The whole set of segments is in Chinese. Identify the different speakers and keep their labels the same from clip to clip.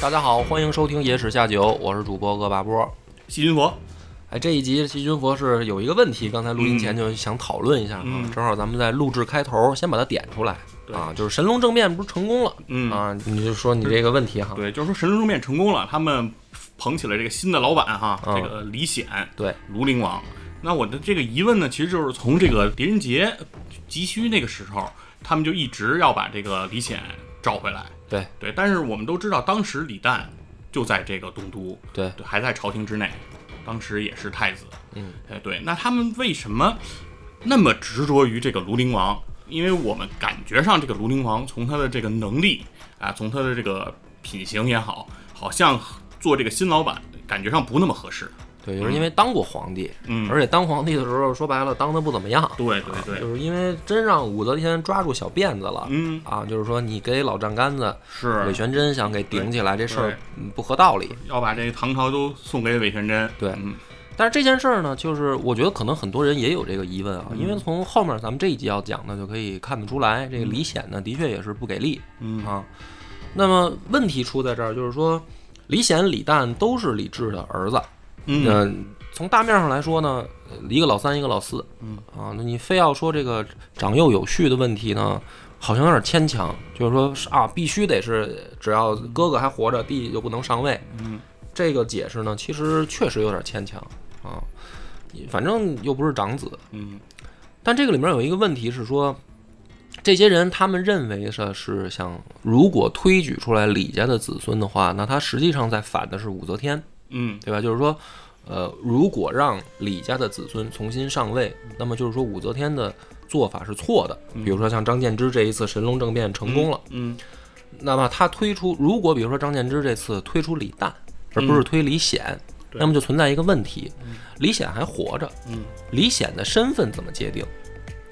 Speaker 1: 大家好，欢迎收听《野史下酒》，我是主播恶霸波。
Speaker 2: 细菌佛，
Speaker 1: 哎，这一集细菌佛是有一个问题，刚才录音前就想讨论一下啊，
Speaker 2: 嗯
Speaker 1: 正好咱们在录制开头先把它点出来
Speaker 2: 对
Speaker 1: 啊，就是神龙正面不是成功了、
Speaker 2: 嗯，
Speaker 1: 啊？你就说你这个问题哈，
Speaker 2: 对，就是说神龙正面成功了，他们捧起了这个新的老板哈，
Speaker 1: 嗯
Speaker 2: 这个李显，
Speaker 1: 对，
Speaker 2: 庐陵王。那我的这个疑问呢，其实就是从这个狄仁杰急需那个时候，他们就一直要把这个李显召回来。
Speaker 1: 对
Speaker 2: 对，但是我们都知道，当时李旦就在这个东都，
Speaker 1: 对
Speaker 2: 对，还在朝廷之内，当时也是太子。
Speaker 1: 嗯，
Speaker 2: 哎，对，那他们为什么那么执着于这个庐陵王？因为我们感觉上这个庐陵王从他的这个能力啊，从他的这个品行也好，好像做这个新老板感觉上不那么合适。
Speaker 1: 对，就是因为当过皇帝，
Speaker 2: 嗯
Speaker 1: 而且当皇帝的时候说白了当的不怎么样，
Speaker 2: 对对对，
Speaker 1: 就是因为真让武则天抓住小辫子了。
Speaker 2: 嗯，
Speaker 1: 啊，就是说你给老丈杆子
Speaker 2: 是
Speaker 1: 韦玄真想给顶起来这事儿
Speaker 2: 对
Speaker 1: 嗯不合道理，
Speaker 2: 要把这唐朝都送给韦玄真。
Speaker 1: 对
Speaker 2: 嗯
Speaker 1: 但是这件事儿呢，就是我觉得可能很多人也有这个疑问啊，因为从后面咱们这一集要讲的就可以看得出来，这个李显呢的确也是不给力
Speaker 2: 嗯
Speaker 1: 啊。那么问题出在这儿，就是说李显、李旦都是李治的儿子，
Speaker 2: 嗯
Speaker 1: 嗯，从大面上来说呢，呃一个老三，一个老四，
Speaker 2: 嗯
Speaker 1: 啊，那你非要说这个长幼有序的问题呢，好像有点牵强，就是说是啊，必须得是只要哥哥还活着，弟弟就不能上位，
Speaker 2: 嗯，
Speaker 1: 这个解释呢，其实确实有点牵强啊，反正又不是长子，
Speaker 2: 嗯
Speaker 1: 但这个里面有一个问题是说，这些人他们认为的是想，如果推举出来李家的子孙的话，那他实际上在反的是武则天。
Speaker 2: 嗯
Speaker 1: 对吧？就是说，呃，如果让李家的子孙重新上位，那么就是说武则天的做法是错的。比如说像张建之这一次神龙政变成功了，
Speaker 2: 嗯
Speaker 1: 那么他推出，如果比如说张建之这次推出李旦，而不是推李显，
Speaker 2: 嗯对
Speaker 1: 那么就存在一个问题：李显还活着，
Speaker 2: 嗯
Speaker 1: 李显的身份怎么界定？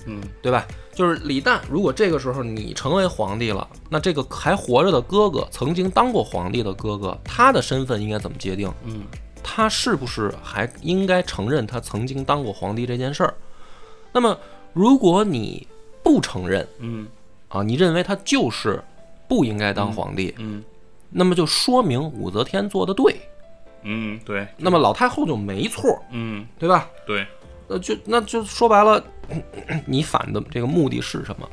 Speaker 2: 嗯
Speaker 1: 对吧？就是李旦，如果这个时候你成为皇帝了，那这个还活着的哥哥，曾经当过皇帝的哥哥，他的身份应该怎么界定？
Speaker 2: 嗯，
Speaker 1: 他是不是还应该承认他曾经当过皇帝这件事儿？那么，如果你不承认
Speaker 2: 嗯
Speaker 1: 啊，你认为他就是不应该当皇帝，
Speaker 2: 嗯
Speaker 1: 那么就说明武则天做的对，
Speaker 2: 嗯，对，
Speaker 1: 那么老太后就没错，
Speaker 2: 嗯
Speaker 1: 对吧？
Speaker 2: 对，
Speaker 1: 呃，就那就说白了，你反的这个目的是什么？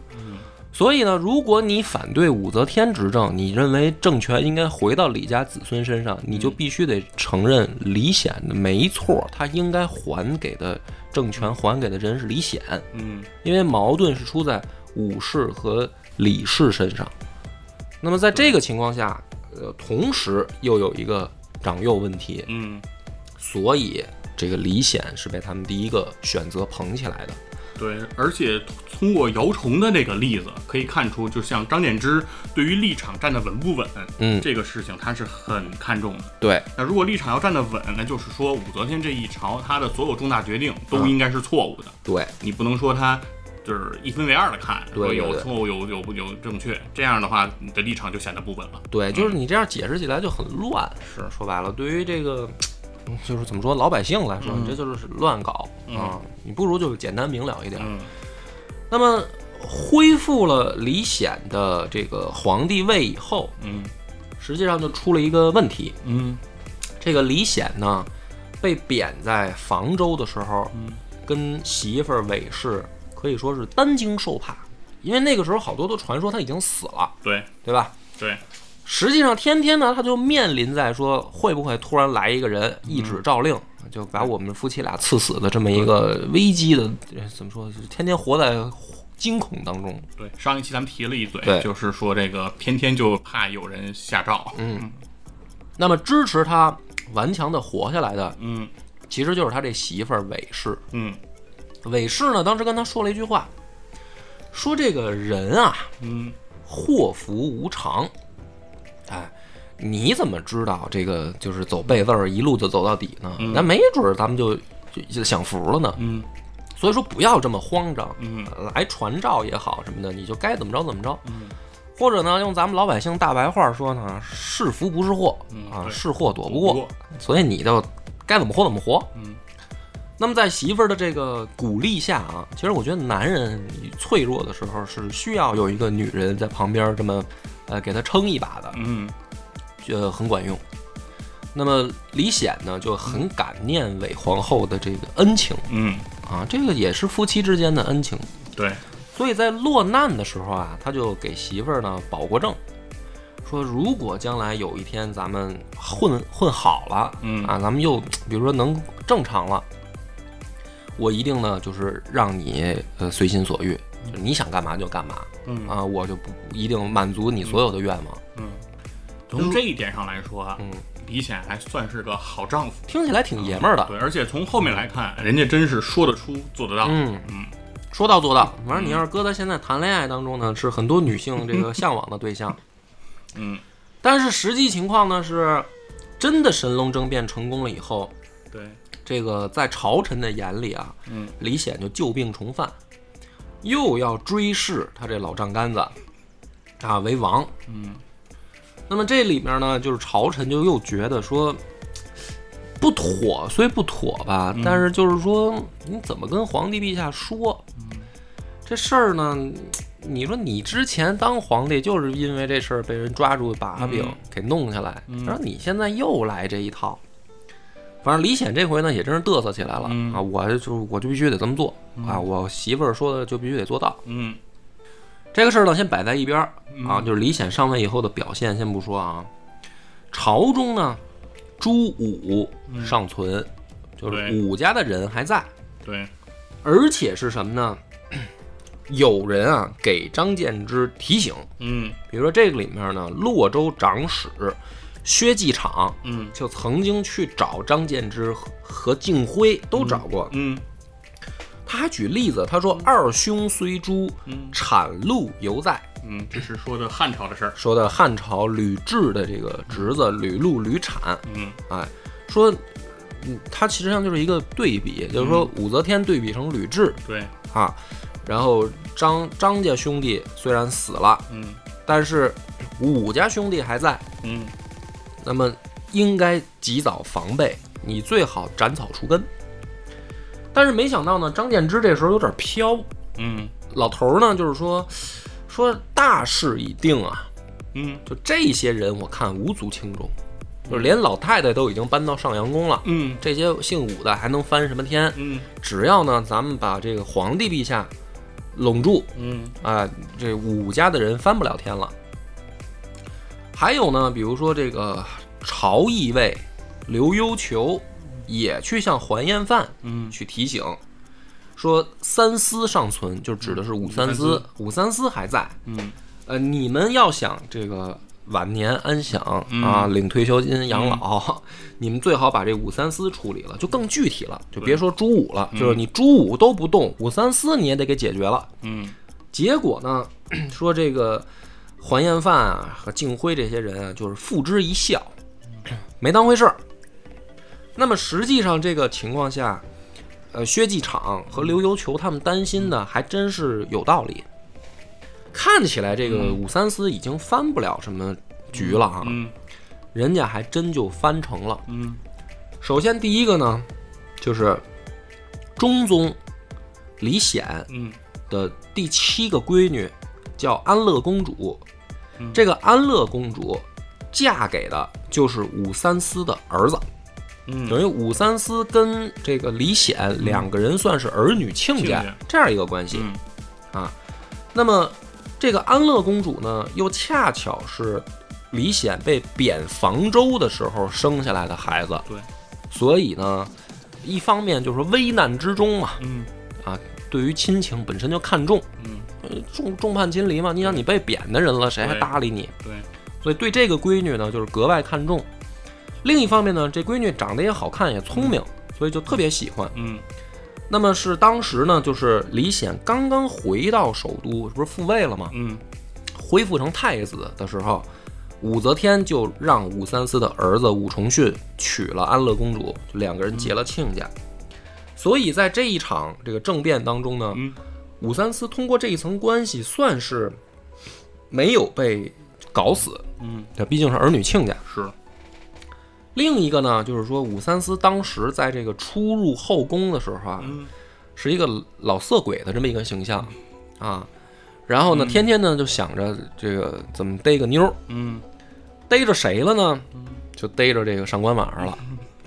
Speaker 1: 所以呢，如果你反对武则天执政，你认为政权应该回到李家子孙身上，你就必须得承认李显的没错，他应该还给的政权还给的人是李显，
Speaker 2: 嗯
Speaker 1: 因为矛盾是出在武氏和李氏身上。那么在这个情况下，呃，同时又有一个长幼问题，
Speaker 2: 嗯
Speaker 1: 所以这个李显是被他们第一个选择捧起来的。
Speaker 2: 对，而且通过姚崇的这个例子可以看出，就像张建之对于立场站得稳不稳，
Speaker 1: 嗯，
Speaker 2: 这个事情他是很看重的。
Speaker 1: 对
Speaker 2: 那如果立场要站得稳，那就是说武则天这一朝她的所有重大决定都应该是错误的，
Speaker 1: 对
Speaker 2: 你不能说她就是一分为二的看，
Speaker 1: 对
Speaker 2: 说
Speaker 1: 对
Speaker 2: 有
Speaker 1: 对
Speaker 2: 错误有有有有正确，这样的话你的立场就显得不稳了。
Speaker 1: 对，就是你这样解释起来就很乱。是说白了，对于这个。嗯就是怎么说，老百姓来说，
Speaker 2: 嗯
Speaker 1: 你这就是乱搞、
Speaker 2: 嗯
Speaker 1: 啊！你不如就是简单明了一点。
Speaker 2: 嗯
Speaker 1: 那么恢复了李显的这个皇帝位以后，
Speaker 2: 嗯
Speaker 1: 实际上就出了一个问题。
Speaker 2: 嗯
Speaker 1: 这个李显呢，被贬在房州的时候，跟媳妇儿韦氏可以说是担惊受怕，因为那个时候好多都传说他已经死了，
Speaker 2: 对
Speaker 1: 对吧？
Speaker 2: 对，
Speaker 1: 实际上，天天呢，他就面临在说会不会突然来一个人一纸诏令，就把我们夫妻俩赐死的这么一个危机的，呃怎么说？就是天天活在惊恐当中。
Speaker 2: 对，上一期咱们提了一嘴
Speaker 1: 对，
Speaker 2: 就是说这个天天就怕有人下诏。嗯
Speaker 1: 那么支持他顽强的活下来的，
Speaker 2: 嗯
Speaker 1: 其实就是他这媳妇儿韦氏。
Speaker 2: 嗯
Speaker 1: 韦氏呢，当时跟他说了一句话，说这个人啊，
Speaker 2: 嗯
Speaker 1: 祸福无常。哎，你怎么知道这个就是走背字儿一路就走到底呢？
Speaker 2: 嗯
Speaker 1: 那没准儿咱们就就就享福了呢。
Speaker 2: 嗯
Speaker 1: 所以说不要这么慌张，
Speaker 2: 嗯
Speaker 1: 来传召也好什么的，你就该怎么着怎么着。
Speaker 2: 嗯
Speaker 1: 或者呢，用咱们老百姓大白话说呢，是福不是祸
Speaker 2: 嗯
Speaker 1: 啊，
Speaker 2: 对
Speaker 1: 是祸躲不
Speaker 2: 不
Speaker 1: 过，，所以你就该怎么活怎么活。
Speaker 2: 嗯
Speaker 1: 那么在媳妇儿的这个鼓励下啊，其实我觉得男人脆弱的时候是需要有一个女人在旁边这么呃给他撑一把的，
Speaker 2: 嗯
Speaker 1: 呃很管用。那么李显呢就很感念韦皇后的这个恩情
Speaker 2: 嗯，
Speaker 1: 啊，这个也是夫妻之间的恩情。
Speaker 2: 对，
Speaker 1: 所以在落难的时候啊，他就给媳妇儿呢保过证，说如果将来有一天咱们混混好了，
Speaker 2: 嗯
Speaker 1: 啊，咱们又比如说能正常了，我一定呢就是让你呃随心所欲，就是你想干嘛就干嘛
Speaker 2: 嗯
Speaker 1: 啊，我就不一定满足你所有的愿望。
Speaker 2: 嗯，从这一点上来说啊，
Speaker 1: 嗯，
Speaker 2: 李显还算是个好丈夫。
Speaker 1: 听起来挺爷们儿的，
Speaker 2: 对，而且从后面来看，人家真是说得出做得到。
Speaker 1: 嗯
Speaker 2: 嗯，
Speaker 1: 说到做到。反正你要是搁在现在谈恋爱当中呢，是很多女性这个向往的对象。
Speaker 2: 嗯，
Speaker 1: 但是实际情况呢是，真的神龙政变成功了以后，
Speaker 2: 对，
Speaker 1: 这个在朝臣的眼里啊，
Speaker 2: 嗯，
Speaker 1: 李显就旧病重犯，又要追谥他这老丈杆子啊为王。
Speaker 2: 嗯
Speaker 1: 那么这里面呢，就是朝臣就又觉得说。不妥虽不妥吧，
Speaker 2: 嗯
Speaker 1: 但是就是说，你怎么跟皇帝陛下说
Speaker 2: 嗯
Speaker 1: 这事儿呢？你说你之前当皇帝就是因为这事儿被人抓住把柄
Speaker 2: 嗯
Speaker 1: 给弄下来，
Speaker 2: 嗯
Speaker 1: 然后你现在又来这一套，反正李显这回呢也真是嘚瑟起来了、
Speaker 2: 嗯
Speaker 1: 啊！我就我就必须得这么做、啊！我媳妇儿说的就必须得做到。
Speaker 2: 嗯
Speaker 1: 这个事儿呢，先摆在一边儿
Speaker 2: 嗯
Speaker 1: 啊，就是李显上位以后的表现，先不说啊。朝中呢，朱武尚存，就是
Speaker 2: 嗯对
Speaker 1: 武家的人还在，
Speaker 2: 对，
Speaker 1: 而且是什么呢？有人啊给张建之提醒，
Speaker 2: 嗯
Speaker 1: 比如说这个里面呢，洛州长史薛继场
Speaker 2: 嗯
Speaker 1: 就曾经去找张建之和和敬辉都找过，
Speaker 2: 嗯
Speaker 1: 他还举例子，他说二兄虽诛，
Speaker 2: 嗯
Speaker 1: 产禄犹在。
Speaker 2: 嗯，这是说的汉朝的事儿。
Speaker 1: 说的汉朝吕雉的这个侄子吕禄、吕产，
Speaker 2: 嗯
Speaker 1: 哎，说，嗯，他其实上就是一个对比，就是说武则天对比成吕雉
Speaker 2: 对，
Speaker 1: 啊，然后张张家兄弟虽然死了，
Speaker 2: 嗯
Speaker 1: 但是武家兄弟还在，
Speaker 2: 嗯
Speaker 1: 那么应该及早防备，你最好斩草除根。但是没想到呢，张建之这时候有点飘，
Speaker 2: 嗯
Speaker 1: 老头儿呢就是说，说大势已定啊，
Speaker 2: 嗯
Speaker 1: 就这些人，我看无足轻重，就是连老太太都已经搬到上阳宫了，
Speaker 2: 嗯
Speaker 1: 这些姓武的还能翻什么天？
Speaker 2: 嗯
Speaker 1: 只要呢，咱们把这个皇帝陛下拢住
Speaker 2: 嗯
Speaker 1: 啊、这武家的人翻不了天了。还有呢，比如说这个朝议尉刘幽求也去向还彦范
Speaker 2: 嗯
Speaker 1: 去提醒，说三思尚存，就指的是武三思，武三思还在，
Speaker 2: 嗯
Speaker 1: 呃，你们要想这个晚年安享、
Speaker 2: 嗯
Speaker 1: 啊，领退休金养老，你们最好把这五三思处理了，就更具体了，就别说朱武了，就是你朱武都不动，五三思你也得给解决了。
Speaker 2: 嗯
Speaker 1: 结果呢， 说这个还彦范啊和敬辉这些人啊，就是付之一笑，没当回事儿。那么实际上这个情况下，呃，薛继场和刘游求他们担心的还真是有道理。看起来这个武三思已经翻不了什么局了啊，
Speaker 2: 嗯
Speaker 1: 人家还真就翻成了。
Speaker 2: 嗯
Speaker 1: 首先第一个呢，就是中宗李显
Speaker 2: 嗯
Speaker 1: 的第七个闺女叫安乐公主
Speaker 2: 嗯。
Speaker 1: 这个安乐公主嫁给的就是武三思的儿子，
Speaker 2: 嗯，
Speaker 1: 等于武三思跟这个李显两个人算是儿女亲家
Speaker 2: 亲家
Speaker 1: 这样一个关系。
Speaker 2: 嗯
Speaker 1: 那么这个安乐公主呢，又恰巧是李显被贬房州的时候生下来的孩子。
Speaker 2: 对，
Speaker 1: 所以呢，一方面就是说危难之中嘛，
Speaker 2: 嗯
Speaker 1: 对于亲情本身就看重。
Speaker 2: 嗯，
Speaker 1: 呃众众叛亲离嘛，你想你被贬的人了，谁还
Speaker 2: 对
Speaker 1: 搭理你？
Speaker 2: 对，
Speaker 1: 所以对这个闺女呢，就是格外看重。另一方面呢，这闺女长得也好看，也聪明，所以就特别喜欢。
Speaker 2: 嗯
Speaker 1: 那么是当时呢，就是李显刚刚回到首都，不是复位了吗？
Speaker 2: 嗯
Speaker 1: 恢复成太子的时候，武则天就让武三思的儿子武重训娶了安乐公主，就两个人结了亲家。所以在这一场这个政变当中呢，
Speaker 2: 嗯
Speaker 1: 武三思通过这一层关系算是没有被搞死，
Speaker 2: 嗯，
Speaker 1: 这毕竟是儿女亲家。
Speaker 2: 是，
Speaker 1: 另一个呢，就是说武三思当时在这个初入后宫的时候啊，
Speaker 2: 嗯
Speaker 1: 是一个老色鬼的这么一个形象啊。然后呢，天天呢就想着这个怎么逮个妞儿，
Speaker 2: 嗯
Speaker 1: 逮着谁了呢？就逮着这个上官婉儿了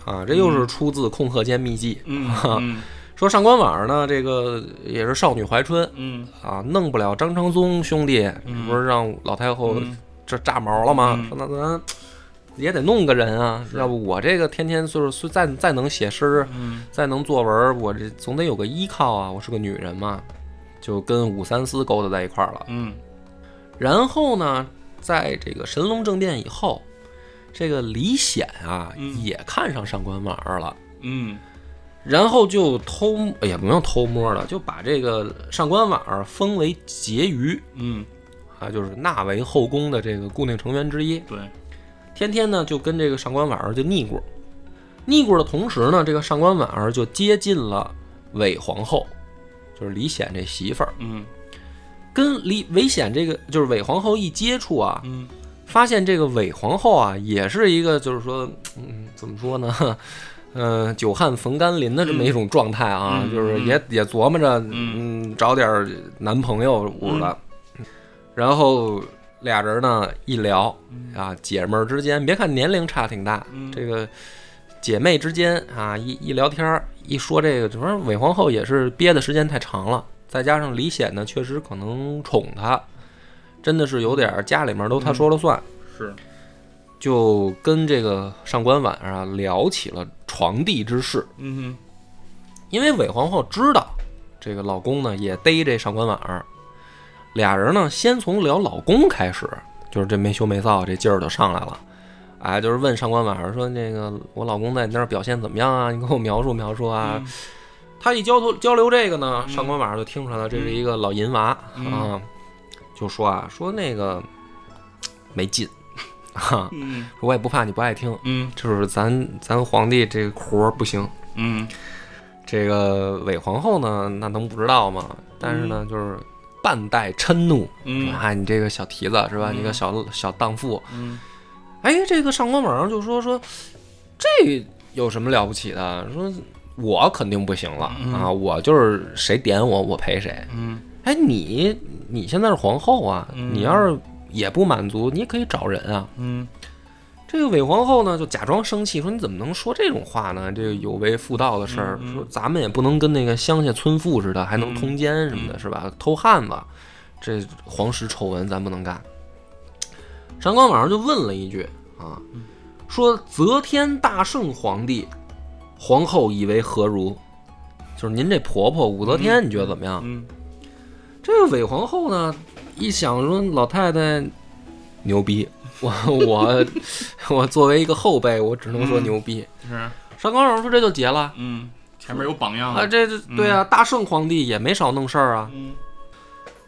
Speaker 1: 啊！这又是出自《控鹤间秘记》，
Speaker 2: 嗯嗯
Speaker 1: 说上官婉儿呢，这个也是少女怀春
Speaker 2: 嗯
Speaker 1: 啊，弄不了张长宗兄弟，
Speaker 2: 嗯
Speaker 1: 不是让老太后
Speaker 2: 嗯
Speaker 1: 这炸毛了吗
Speaker 2: 嗯？
Speaker 1: 说那咱也得弄个人啊，
Speaker 2: 是
Speaker 1: 要不我这个天天就是再再能写诗，
Speaker 2: 嗯
Speaker 1: 再能作文，我这总得有个依靠啊，我是个女人嘛，就跟武三思勾搭在一块儿了。
Speaker 2: 嗯
Speaker 1: 然后呢，在这个神龙政变以后，这个李显啊、
Speaker 2: 嗯
Speaker 1: 也看上上官婉儿了，
Speaker 2: 嗯
Speaker 1: 然后就偷，哎呀，不用偷摸了，就把这个上官婉儿封为婕妤
Speaker 2: 嗯，
Speaker 1: 啊，就是纳为后宫的这个固定成员之一，
Speaker 2: 对，
Speaker 1: 天天呢就跟这个上官婉儿就腻咕，腻咕的同时呢，这个上官婉儿就接近了韦皇后，就是李显这媳妇儿，
Speaker 2: 嗯
Speaker 1: 跟李韦显这个就是韦皇后一接触啊，
Speaker 2: 嗯
Speaker 1: 发现这个韦皇后啊，也是一个就是说，嗯，怎么说呢？ 嗯，久旱逢甘霖的这么一种状态啊，
Speaker 2: 嗯
Speaker 1: 就是也也琢磨着，
Speaker 2: 嗯
Speaker 1: 嗯，找点儿男朋友捂了。然后俩人呢一聊啊，姐们儿之间，别看年龄差挺大，
Speaker 2: 嗯
Speaker 1: 这个姐妹之间啊，一一聊天儿一说这个，主要韦皇后也是憋的时间太长了，再加上李显呢，确实可能宠她，真的是有点儿家里面都
Speaker 2: 嗯
Speaker 1: 她说了算。
Speaker 2: 是，
Speaker 1: 就跟这个上官婉儿啊聊起了床帝之事，
Speaker 2: 嗯
Speaker 1: 因为韦皇后知道这个老公呢也逮这上官婉儿，俩人呢先从聊老公开始，就是这没羞没臊这劲儿就上来了，哎，就是问上官婉儿说那个我老公在你那儿表现怎么样啊？你给我描述描述啊。
Speaker 2: 嗯
Speaker 1: 他一交头交流这个呢，
Speaker 2: 嗯
Speaker 1: 上官婉儿就听出来了，这是一个老淫娃、
Speaker 2: 嗯
Speaker 1: 啊，就说啊说那个没劲啊，
Speaker 2: 嗯
Speaker 1: 我也不怕你不爱听，
Speaker 2: 嗯
Speaker 1: 就是咱咱皇帝这个活儿不行，
Speaker 2: 嗯
Speaker 1: 这个伪皇后呢，那能不知道吗？但是呢，就是半带嗔怒，说
Speaker 2: 嗯
Speaker 1: 啊，你这个小蹄子是吧？
Speaker 2: 嗯
Speaker 1: 你个小小荡妇，
Speaker 2: 嗯
Speaker 1: 哎，这个上官婉儿就说说，这有什么了不起的？说我肯定不行了
Speaker 2: 嗯
Speaker 1: 啊，我就是谁点我，我陪谁。
Speaker 2: 嗯
Speaker 1: 哎，你你现在是皇后啊，
Speaker 2: 嗯
Speaker 1: 你要是也不满足，你也可以找人啊。
Speaker 2: 嗯
Speaker 1: 这个韦皇后呢，就假装生气，说：“你怎么能说这种话呢？这个有违妇道的事儿，
Speaker 2: 嗯嗯
Speaker 1: 说咱们也不能跟那个乡下村妇似的，还能
Speaker 2: 嗯
Speaker 1: 通奸什么的，是吧？偷汉子，这皇室丑闻咱不能干。”上官婉儿就问了一句：“啊，
Speaker 2: 嗯
Speaker 1: 说则天大圣皇帝，皇后以为何如？就是您这婆婆武则天，你觉得怎么样？”
Speaker 2: 嗯
Speaker 1: 这个韦皇后呢，一想说老太太牛逼，我我我作为一个后辈，我只能说牛逼。
Speaker 2: 是，
Speaker 1: 上官婉儿说这就结了
Speaker 2: 嗯，前面有榜样
Speaker 1: 啊，这这对啊，大圣皇帝也没少弄事儿啊。
Speaker 2: 嗯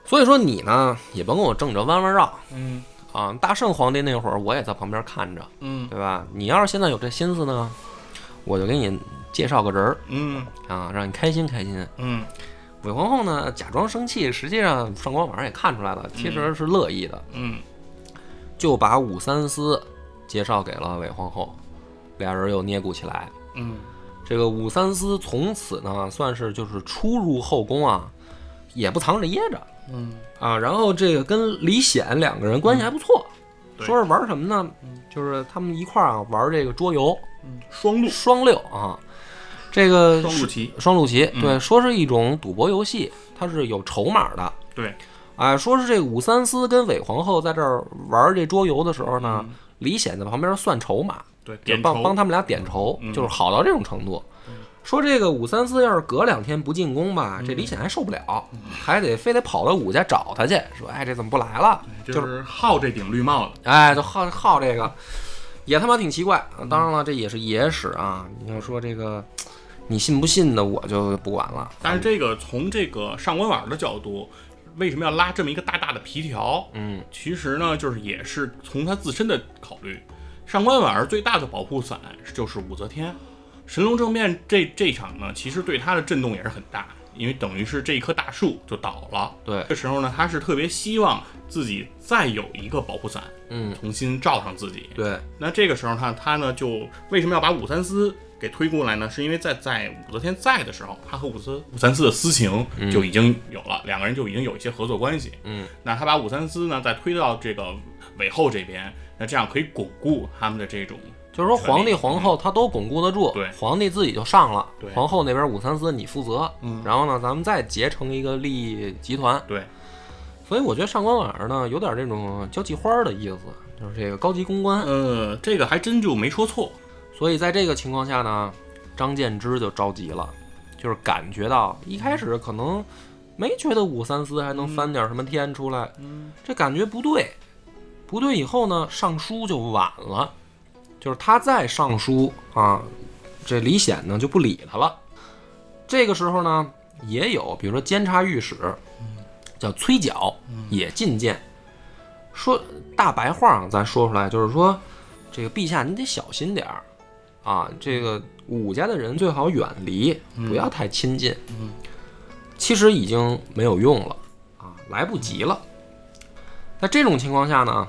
Speaker 1: 所以说你呢，也甭跟我正着弯弯绕
Speaker 2: 嗯
Speaker 1: 啊。大圣皇帝那会儿我也在旁边看着，
Speaker 2: 嗯
Speaker 1: 对吧？你要是现在有这心思呢，我就给你介绍个人儿
Speaker 2: 嗯
Speaker 1: 啊，让你开心开心。
Speaker 2: 嗯
Speaker 1: 韦皇后呢，假装生气，实际上上官婉儿也看出来了，其实是乐意的。
Speaker 2: 嗯
Speaker 1: 就把武三思介绍给了韦皇后，俩人又捏鼓起来。
Speaker 2: 嗯
Speaker 1: 这个武三思从此呢，算是就是初入后宫啊，也不藏着掖着
Speaker 2: 嗯
Speaker 1: 啊。然后这个跟李显两个人关系还不错，
Speaker 2: 嗯对
Speaker 1: 说是玩什么呢？就是他们一块儿啊玩这个桌游
Speaker 2: 嗯，双路
Speaker 1: 双六啊，这个
Speaker 2: 双
Speaker 1: 是
Speaker 2: 路棋，
Speaker 1: 双陆棋，
Speaker 2: 嗯
Speaker 1: 对，说是一种赌博游戏，它是有筹码的。
Speaker 2: 对，
Speaker 1: 哎，说是这个武三思跟韦皇后在这儿玩这桌游的时候呢，
Speaker 2: 嗯
Speaker 1: 李显在旁边算筹码，
Speaker 2: 对，
Speaker 1: 就
Speaker 2: 点
Speaker 1: 帮
Speaker 2: 头
Speaker 1: 帮他们俩点筹，
Speaker 2: 嗯
Speaker 1: 就是好到这种程度。说这个武三思要是隔两天不进宫吧，
Speaker 2: 嗯
Speaker 1: 这李显还受不了，还得非得跑到武家找他去，说哎这怎么不来了？
Speaker 2: 就是好这顶绿帽子，
Speaker 1: 哎，就好好这个，也他妈挺奇怪。啊当然了，这也是野史啊。你要说这个，你信不信的，我就不管了。
Speaker 2: 但是这个从这个上官婉儿的角度，为什么要拉这么一个大大的皮条？
Speaker 1: 嗯，
Speaker 2: 其实呢，就是也是从他自身的考虑。上官婉儿最大的保护伞就是武则天，神龙政变这这场呢，其实对他的震动也是很大，因为等于是这一棵大树就倒了。
Speaker 1: 对，
Speaker 2: 这时候呢，他是特别希望自己再有一个保护伞，
Speaker 1: 嗯，
Speaker 2: 重新罩上自己。
Speaker 1: 对，
Speaker 2: 那这个时候呢，他呢就为什么要把武三思给推过来呢？是因为在在武则天在的时候，他和武则武三思的私情就已经有了，两个人就已经有一些合作关系。
Speaker 1: 嗯，
Speaker 2: 那他把武三思呢再推到这个韦后这边，那这样可以巩固他们的这种
Speaker 1: 就是说皇帝皇后他都巩固得住，
Speaker 2: 对
Speaker 1: 皇帝自己就上了
Speaker 2: 对，
Speaker 1: 皇后那边武三思你负责，
Speaker 2: 嗯
Speaker 1: 然后呢，咱们再结成一个利益集团。
Speaker 2: 对
Speaker 1: 所以我觉得上官婉儿呢，有点这种交际花儿的意思，就是这个高级公关。
Speaker 2: 呃，这个还真就没说错。
Speaker 1: 所以在这个情况下呢，张建之就着急了，就是感觉到一开始可能没觉得武三思还能翻点什么天出来，这感觉不对，不对。以后呢，上书就晚了，就是他再上书啊，这李显呢就不理他了。这个时候呢，也有比如说监察御史叫崔皎也进谏，说大白话啊咱说出来就是说，这个陛下你得小心点儿啊，这个武家的人最好远离，不要太亲近。
Speaker 2: 嗯
Speaker 1: 其实已经没有用了啊，来不及了。在这种情况下呢，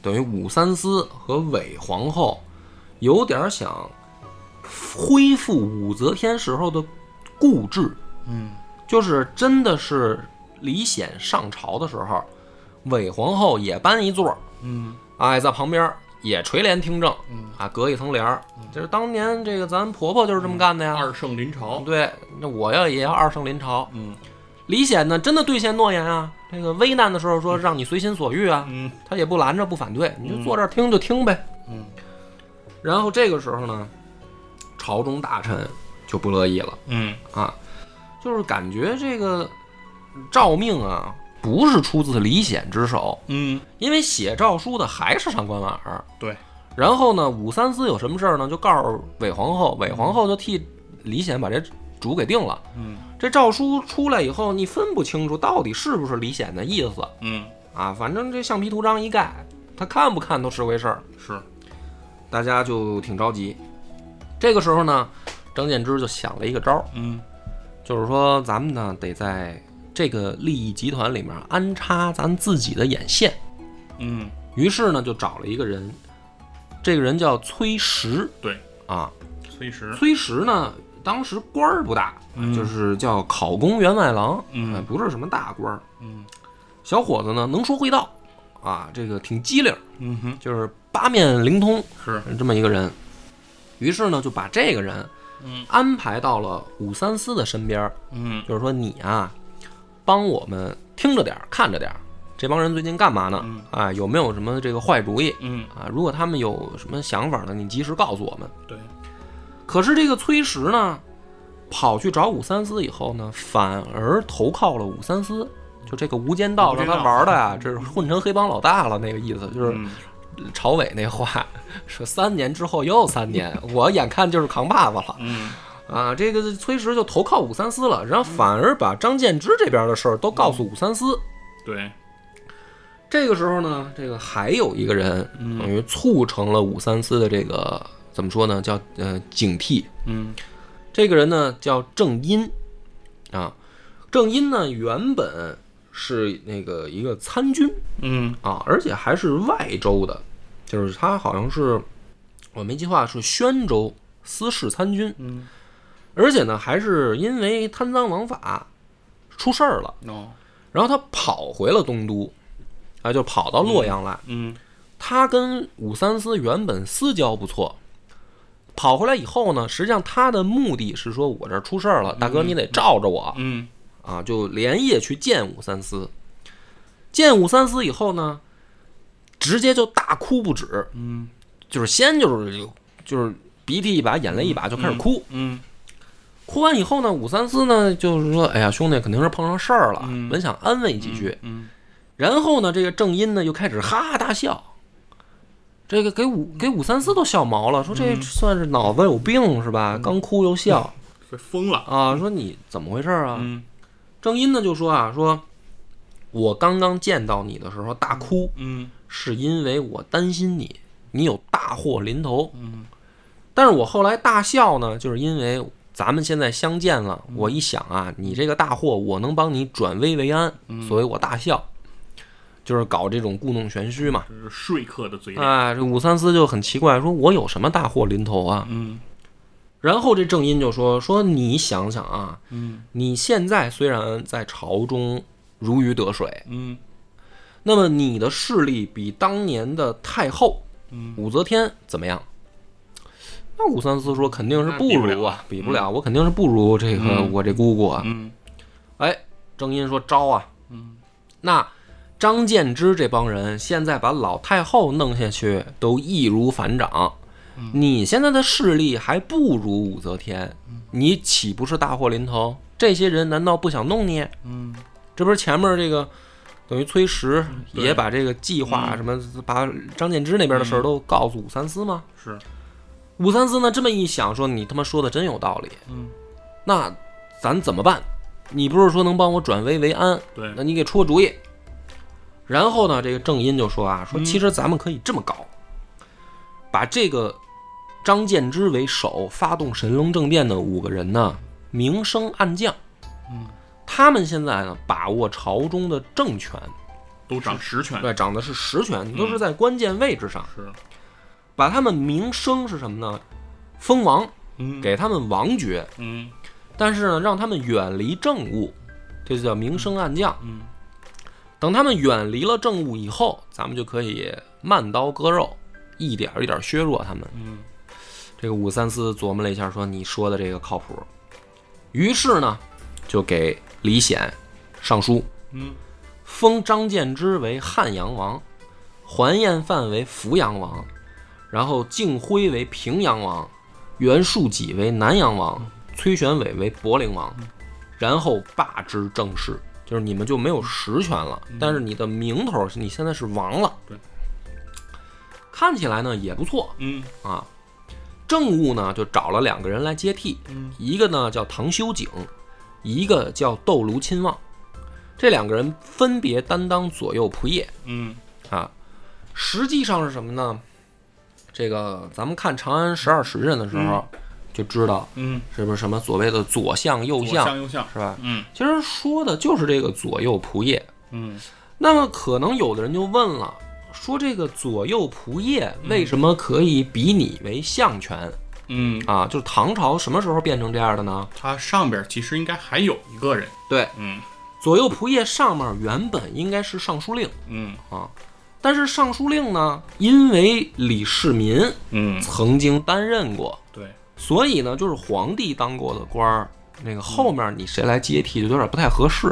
Speaker 1: 等于武三思和韦皇后有点想恢复武则天时候的固执，
Speaker 2: 嗯
Speaker 1: 就是真的是李显上朝的时候，韦皇后也搬一座儿，
Speaker 2: 嗯
Speaker 1: 哎，在旁边儿也垂帘听政
Speaker 2: 嗯，
Speaker 1: 啊，隔一层帘儿。就是当年这个咱婆婆就是这么干的呀。
Speaker 2: 二圣临朝，
Speaker 1: 对，那我要也要二圣临朝。
Speaker 2: 嗯
Speaker 1: 李显呢，真的兑现诺言啊，这个危难的时候说让你随心所欲啊，
Speaker 2: 嗯
Speaker 1: 他也不拦着不反对，你就坐这儿听就听呗。
Speaker 2: 嗯
Speaker 1: 然后这个时候呢，朝中大臣就不乐意了。
Speaker 2: 嗯
Speaker 1: 啊，就是感觉这个诏命啊，不是出自李显之手，
Speaker 2: 嗯，
Speaker 1: 因为写诏书的还是上官婉儿。
Speaker 2: 对，
Speaker 1: 然后呢，武三思有什么事儿呢，就告诉韦皇后，韦皇后就替李显把这主给定了。
Speaker 2: 嗯
Speaker 1: 这诏书出来以后，你分不清楚到底是不是李显的意思
Speaker 2: 嗯
Speaker 1: 啊，反正这橡皮图章一盖，他看不看都是回事儿。
Speaker 2: 是，
Speaker 1: 大家就挺着急。这个时候呢，张建之就想了一个招儿。
Speaker 2: 嗯
Speaker 1: 就是说咱们呢得在这个利益集团里面安插咱自己的眼线。
Speaker 2: 嗯
Speaker 1: 于是呢，就找了一个人，这个人叫崔实
Speaker 2: 对，
Speaker 1: 啊。
Speaker 2: 崔实，
Speaker 1: 崔实呢，当时官儿不大，
Speaker 2: 嗯
Speaker 1: 就是叫考功员外郎，
Speaker 2: 嗯
Speaker 1: 哎不是什么大官儿。
Speaker 2: 嗯
Speaker 1: 小伙子呢，能说会道，啊，这个挺机灵，
Speaker 2: 嗯哼
Speaker 1: 就是八面灵通，
Speaker 2: 是，
Speaker 1: 这么一个人。于是呢，就把这个人
Speaker 2: 嗯
Speaker 1: 安排到了武三思的身边儿，
Speaker 2: 嗯
Speaker 1: 就是说你啊，帮我们听着点儿，看着点儿，这帮人最近干嘛呢？
Speaker 2: 嗯
Speaker 1: 啊，有没有什么这个坏主意
Speaker 2: 嗯
Speaker 1: 啊？如果他们有什么想法呢，你及时告诉我们。
Speaker 2: 对，
Speaker 1: 可是这个崔实呢，跑去找武三思以后呢，反而投靠了武三思。就这个无间道
Speaker 2: 无
Speaker 1: 让
Speaker 2: 间
Speaker 1: 他
Speaker 2: 道
Speaker 1: 玩的呀，这是混成黑帮老大了那个意思，就是
Speaker 2: 嗯
Speaker 1: 朝伟那话，说三年之后又三年，我眼看就是扛把子了。
Speaker 2: 嗯
Speaker 1: 啊，这个崔实就投靠武三思了，然后反而把张建之这边的事儿都告诉武三思。
Speaker 2: 对，
Speaker 1: 这个时候呢，这个还有一个人
Speaker 2: 嗯
Speaker 1: 等于促成了武三思的这个怎么说呢，叫呃警惕。
Speaker 2: 嗯
Speaker 1: 这个人呢叫郑殷，啊，郑殷呢原本是那个一个参军
Speaker 2: 嗯
Speaker 1: 啊，而且还是外州的，就是他好像是我没记错是宣州司事参军。
Speaker 2: 嗯，
Speaker 1: 而且呢，还是因为贪赃枉法出事儿了，
Speaker 2: 哦，
Speaker 1: 然后他跑回了东都，啊，就跑到洛阳来。
Speaker 2: 嗯
Speaker 1: 他跟武三思原本私交不错，跑回来以后呢，实际上他的目的是说，我这儿出事儿了，大哥你得罩着我
Speaker 2: 嗯
Speaker 1: 啊，就连夜去见武三思。见武三思以后呢，直接就大哭不止，
Speaker 2: 嗯
Speaker 1: 就是先就是就是鼻涕一把眼泪一把就开始哭，
Speaker 2: 嗯
Speaker 1: 哭完以后呢，武三思呢就是说，哎呀，兄弟肯定是碰上事儿了，
Speaker 2: 嗯
Speaker 1: 本想安慰几句。
Speaker 2: 嗯
Speaker 1: 然后呢，这个郑殷呢又开始哈哈大笑，这个给武给武三思都笑毛了，说
Speaker 2: 嗯
Speaker 1: 这算是脑子有病是吧？刚哭又笑
Speaker 2: 被疯了，
Speaker 1: 啊，说你怎么回事啊？
Speaker 2: 嗯嗯
Speaker 1: 郑殷呢就说啊，说我刚刚见到你的时候大哭，
Speaker 2: 嗯
Speaker 1: 是因为我担心你，你有大祸临头。
Speaker 2: 嗯
Speaker 1: 但是我后来大笑呢，就是因为咱们现在相见了，
Speaker 2: 嗯
Speaker 1: 我一想啊，你这个大祸，我能帮你转危为安，
Speaker 2: 嗯
Speaker 1: 所以我大笑，就是搞这种故弄玄虚嘛。
Speaker 2: 这是说客的嘴脸。
Speaker 1: 啊，这武三思就很奇怪，说我有什么大祸临头啊？
Speaker 2: 嗯
Speaker 1: 然后这正音就说说你想想啊，
Speaker 2: 嗯
Speaker 1: 你现在虽然在朝中如鱼得水，
Speaker 2: 嗯
Speaker 1: 那么你的势力比当年的太后
Speaker 2: 嗯
Speaker 1: 武则天怎么样？那武三思说肯定是不如啊，比不了，我肯定是不如这个
Speaker 2: 嗯
Speaker 1: 我这姑姑啊。
Speaker 2: 嗯
Speaker 1: 哎，正音说招啊，
Speaker 2: 嗯
Speaker 1: 那张建之这帮人现在把老太后弄下去，都易如反掌。你现在的势力还不如武则天，你岂不是大祸临头？这些人难道不想弄你？
Speaker 2: 嗯
Speaker 1: 这不是前面这个等于崔实
Speaker 2: 对
Speaker 1: 也把这个计划
Speaker 2: 嗯
Speaker 1: 什么，把张建之那边的事儿
Speaker 2: 嗯
Speaker 1: 都告诉武三思吗？
Speaker 2: 是
Speaker 1: 武三思呢这么一想，说你他妈说的真有道理，
Speaker 2: 嗯
Speaker 1: 那咱怎么办？你不是说能帮我转危为安？
Speaker 2: 对
Speaker 1: 那你给出个主意。然后呢，这个正音就说啊，说
Speaker 2: 嗯
Speaker 1: 其实咱们可以这么搞，把这个张建之为首发动神龙政变的五个人呢，明升暗降。
Speaker 2: 嗯，
Speaker 1: 他们现在呢，把握朝中的政权，
Speaker 2: 嗯都掌实权
Speaker 1: 对，掌的是实权，都是在关键位置上。
Speaker 2: 嗯是
Speaker 1: 把他们明升是什么呢？封王，
Speaker 2: 嗯
Speaker 1: 给他们王爵。
Speaker 2: 嗯
Speaker 1: 但是呢，让他们远离政务，这就叫明升暗降。
Speaker 2: 嗯
Speaker 1: 等他们远离了政务以后，咱们就可以慢刀割肉，一点儿一点儿削弱他们。
Speaker 2: 嗯
Speaker 1: 这个武三思琢磨了一下，说：“你说的这个靠谱。”于是呢，就给李显上书，
Speaker 2: 嗯
Speaker 1: 封张建之为汉阳王，还彦范为扶阳王，然后敬辉为平阳王，袁术己为南阳王，崔玄伟为博陵王，
Speaker 2: 嗯
Speaker 1: 然后罢之政事，就是你们就没有实权了，但是你的名头是你现在是王了，
Speaker 2: 嗯对，
Speaker 1: 看起来呢也不错
Speaker 2: 嗯
Speaker 1: 啊。政务呢就找了两个人来接替，
Speaker 2: 嗯
Speaker 1: 一个呢叫唐修景，一个叫窦卢亲望，这两个人分别担当左右仆射
Speaker 2: 嗯
Speaker 1: 啊。实际上是什么呢？这个咱们看《长安十二时辰》的时候、就知道，
Speaker 2: 嗯，
Speaker 1: 是不是什么所谓的左相右
Speaker 2: 左
Speaker 1: 相
Speaker 2: 右向，
Speaker 1: 是吧？
Speaker 2: 嗯
Speaker 1: 其实说的就是这个左右仆射。
Speaker 2: 嗯
Speaker 1: 那么可能有的人就问了，说这个左右仆射为什么可以比拟为相权、
Speaker 2: 嗯，
Speaker 1: 啊？就是唐朝什么时候变成这样的呢？
Speaker 2: 他上边其实应该还有一个人，
Speaker 1: 对，
Speaker 2: 嗯
Speaker 1: 左右仆射上面原本应该是尚书令，
Speaker 2: 嗯
Speaker 1: 但是尚书令呢，因为李世民
Speaker 2: 嗯，
Speaker 1: 曾经担任过，
Speaker 2: 对，
Speaker 1: 所以呢，就是皇帝当过的官儿，那个后面你谁来接替就有点不太合适。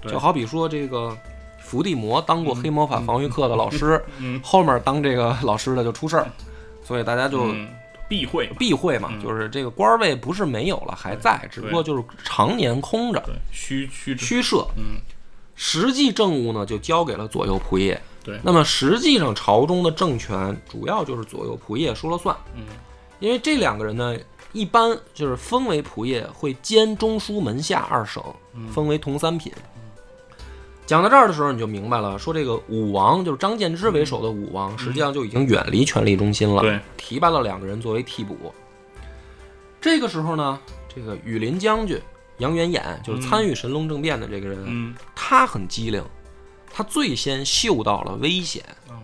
Speaker 2: 对
Speaker 1: 就好比说这个伏地魔当过黑魔法防御课的老师，
Speaker 2: 嗯
Speaker 1: 后面当这个老师的就出事儿，所以大家就
Speaker 2: 嗯避讳嘛，
Speaker 1: 避讳嘛，就是这个官位不是没有了，还
Speaker 2: 嗯
Speaker 1: 在，只不过就是常年空着。
Speaker 2: 对，虚虚之，
Speaker 1: 虚设。
Speaker 2: 嗯，
Speaker 1: 实际政务呢就交给了左右仆射。
Speaker 2: 对
Speaker 1: 那么实际上朝中的政权主要就是左右仆射说了算。
Speaker 2: 嗯，
Speaker 1: 因为这两个人呢，一般就是封为仆射，会兼中书门下二省，
Speaker 2: 嗯
Speaker 1: 封为同三品。讲到这儿的时候，你就明白了，说这个武王就是张建之为首的武
Speaker 2: 嗯
Speaker 1: 王，实际上就已经远离权力中心了。
Speaker 2: 对，
Speaker 1: 提拔了两个人作为替补。这个时候呢，这个羽林将军杨元衍就是参与神龙政变的这个人，
Speaker 2: 嗯
Speaker 1: 他很机灵，他最先嗅到了危险，
Speaker 2: 啊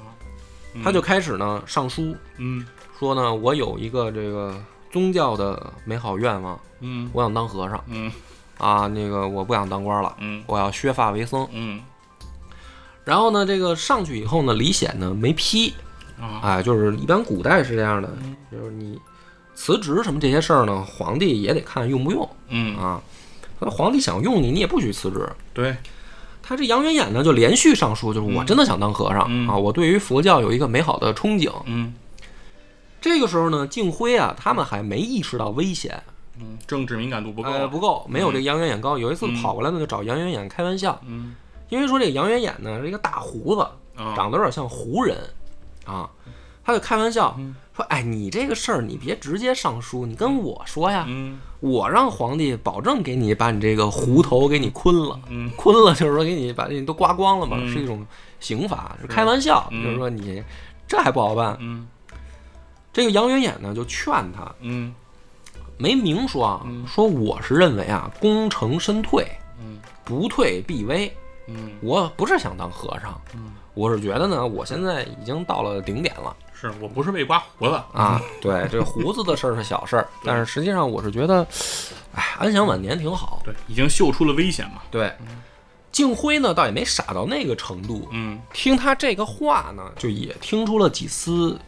Speaker 1: 他就开始呢上书
Speaker 2: 嗯
Speaker 1: 说呢，我有一个这个宗教的美好愿望，
Speaker 2: 嗯
Speaker 1: 我想当和尚
Speaker 2: 嗯
Speaker 1: 啊，那个我不想当官了，
Speaker 2: 嗯
Speaker 1: 我要削发为僧。
Speaker 2: 嗯
Speaker 1: 然后呢，这个上去以后呢，李显呢没批，
Speaker 2: 啊，嗯
Speaker 1: 哎，就是一般古代是这样的，就是你辞职什么这些事儿呢，皇帝也得看用不用
Speaker 2: 嗯
Speaker 1: 啊。那皇帝想用你，你也不许辞职。
Speaker 2: 对，
Speaker 1: 他这杨元衍呢，就连续上书，就是我真的想当和尚、
Speaker 2: 嗯
Speaker 1: 啊，我对于佛教有一个美好的憧憬。
Speaker 2: 嗯
Speaker 1: 这个时候呢，敬辉啊，他们还没意识到危险，
Speaker 2: 嗯，政治敏感度
Speaker 1: 不
Speaker 2: 不够
Speaker 1: 呃、
Speaker 2: 啊，
Speaker 1: 不够，没有这个杨元衍高。有一次跑过来呢，就找杨元衍开玩笑，
Speaker 2: 嗯
Speaker 1: 因为说这个杨元衍呢是一个大胡子，
Speaker 2: 啊，嗯
Speaker 1: 长得有点像胡人啊，他就开玩笑说：“哎，你这个事儿你别直接上书，你跟我说呀，
Speaker 2: 嗯
Speaker 1: 我让皇帝保证给你把你这个胡头给你坤了，
Speaker 2: 嗯
Speaker 1: 坤了就是说给你把你都刮光了嘛，
Speaker 2: 嗯
Speaker 1: 是一种刑罚，是开玩笑，
Speaker 2: 嗯
Speaker 1: 就是说你这还不好办。
Speaker 2: 嗯
Speaker 1: 这个杨元衍呢就劝他，
Speaker 2: 嗯
Speaker 1: 没明说啊，
Speaker 2: 嗯
Speaker 1: 说我是认为啊，功成身退，
Speaker 2: 嗯
Speaker 1: 不退必危，
Speaker 2: 嗯，
Speaker 1: 我不是想当和尚，
Speaker 2: 嗯
Speaker 1: 我是觉得呢，我现在已经到了顶点了。
Speaker 2: 是我不是被刮胡子，
Speaker 1: 啊，对，这个胡子的事儿是小事 儿，但是实际上我是觉得，哎，安享晚年挺好。
Speaker 2: 对，已经嗅出了危险嘛。
Speaker 1: 对，敬辉呢倒也没傻到那个程度，
Speaker 2: 嗯
Speaker 1: 听他这个话呢，就也听出了几丝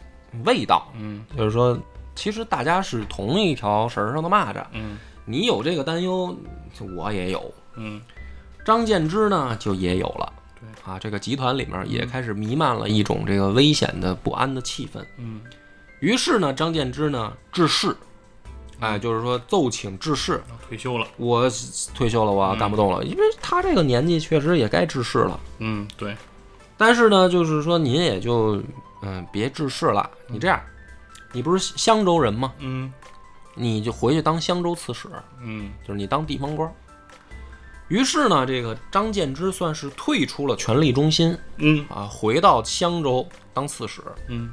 Speaker 1: 味道，
Speaker 2: 嗯
Speaker 1: 就是说，其实大家是同一条绳儿上的蚂蚱，
Speaker 2: 嗯
Speaker 1: 你有这个担忧，我也有，
Speaker 2: 嗯
Speaker 1: 张建之呢就也有了。
Speaker 2: 对
Speaker 1: 啊，这个集团里面也开始弥漫了一种这个危险的不安的气氛。
Speaker 2: 嗯
Speaker 1: 于是呢，张建之呢致仕，哎，就是说奏请致仕，
Speaker 2: 嗯，退休了。
Speaker 1: 我退休了，我干不动了，因为他这个年纪确实也该致仕了。
Speaker 2: 嗯，对，
Speaker 1: 但是呢，就是说您也就嗯别致仕了，你这样，你不是襄州人吗？
Speaker 2: 嗯
Speaker 1: 你就回去当襄州刺史，
Speaker 2: 嗯
Speaker 1: 就是你当地方官。于是呢，这个张建之算是退出了权力中心
Speaker 2: 嗯
Speaker 1: 啊，回到襄州当刺史。
Speaker 2: 嗯，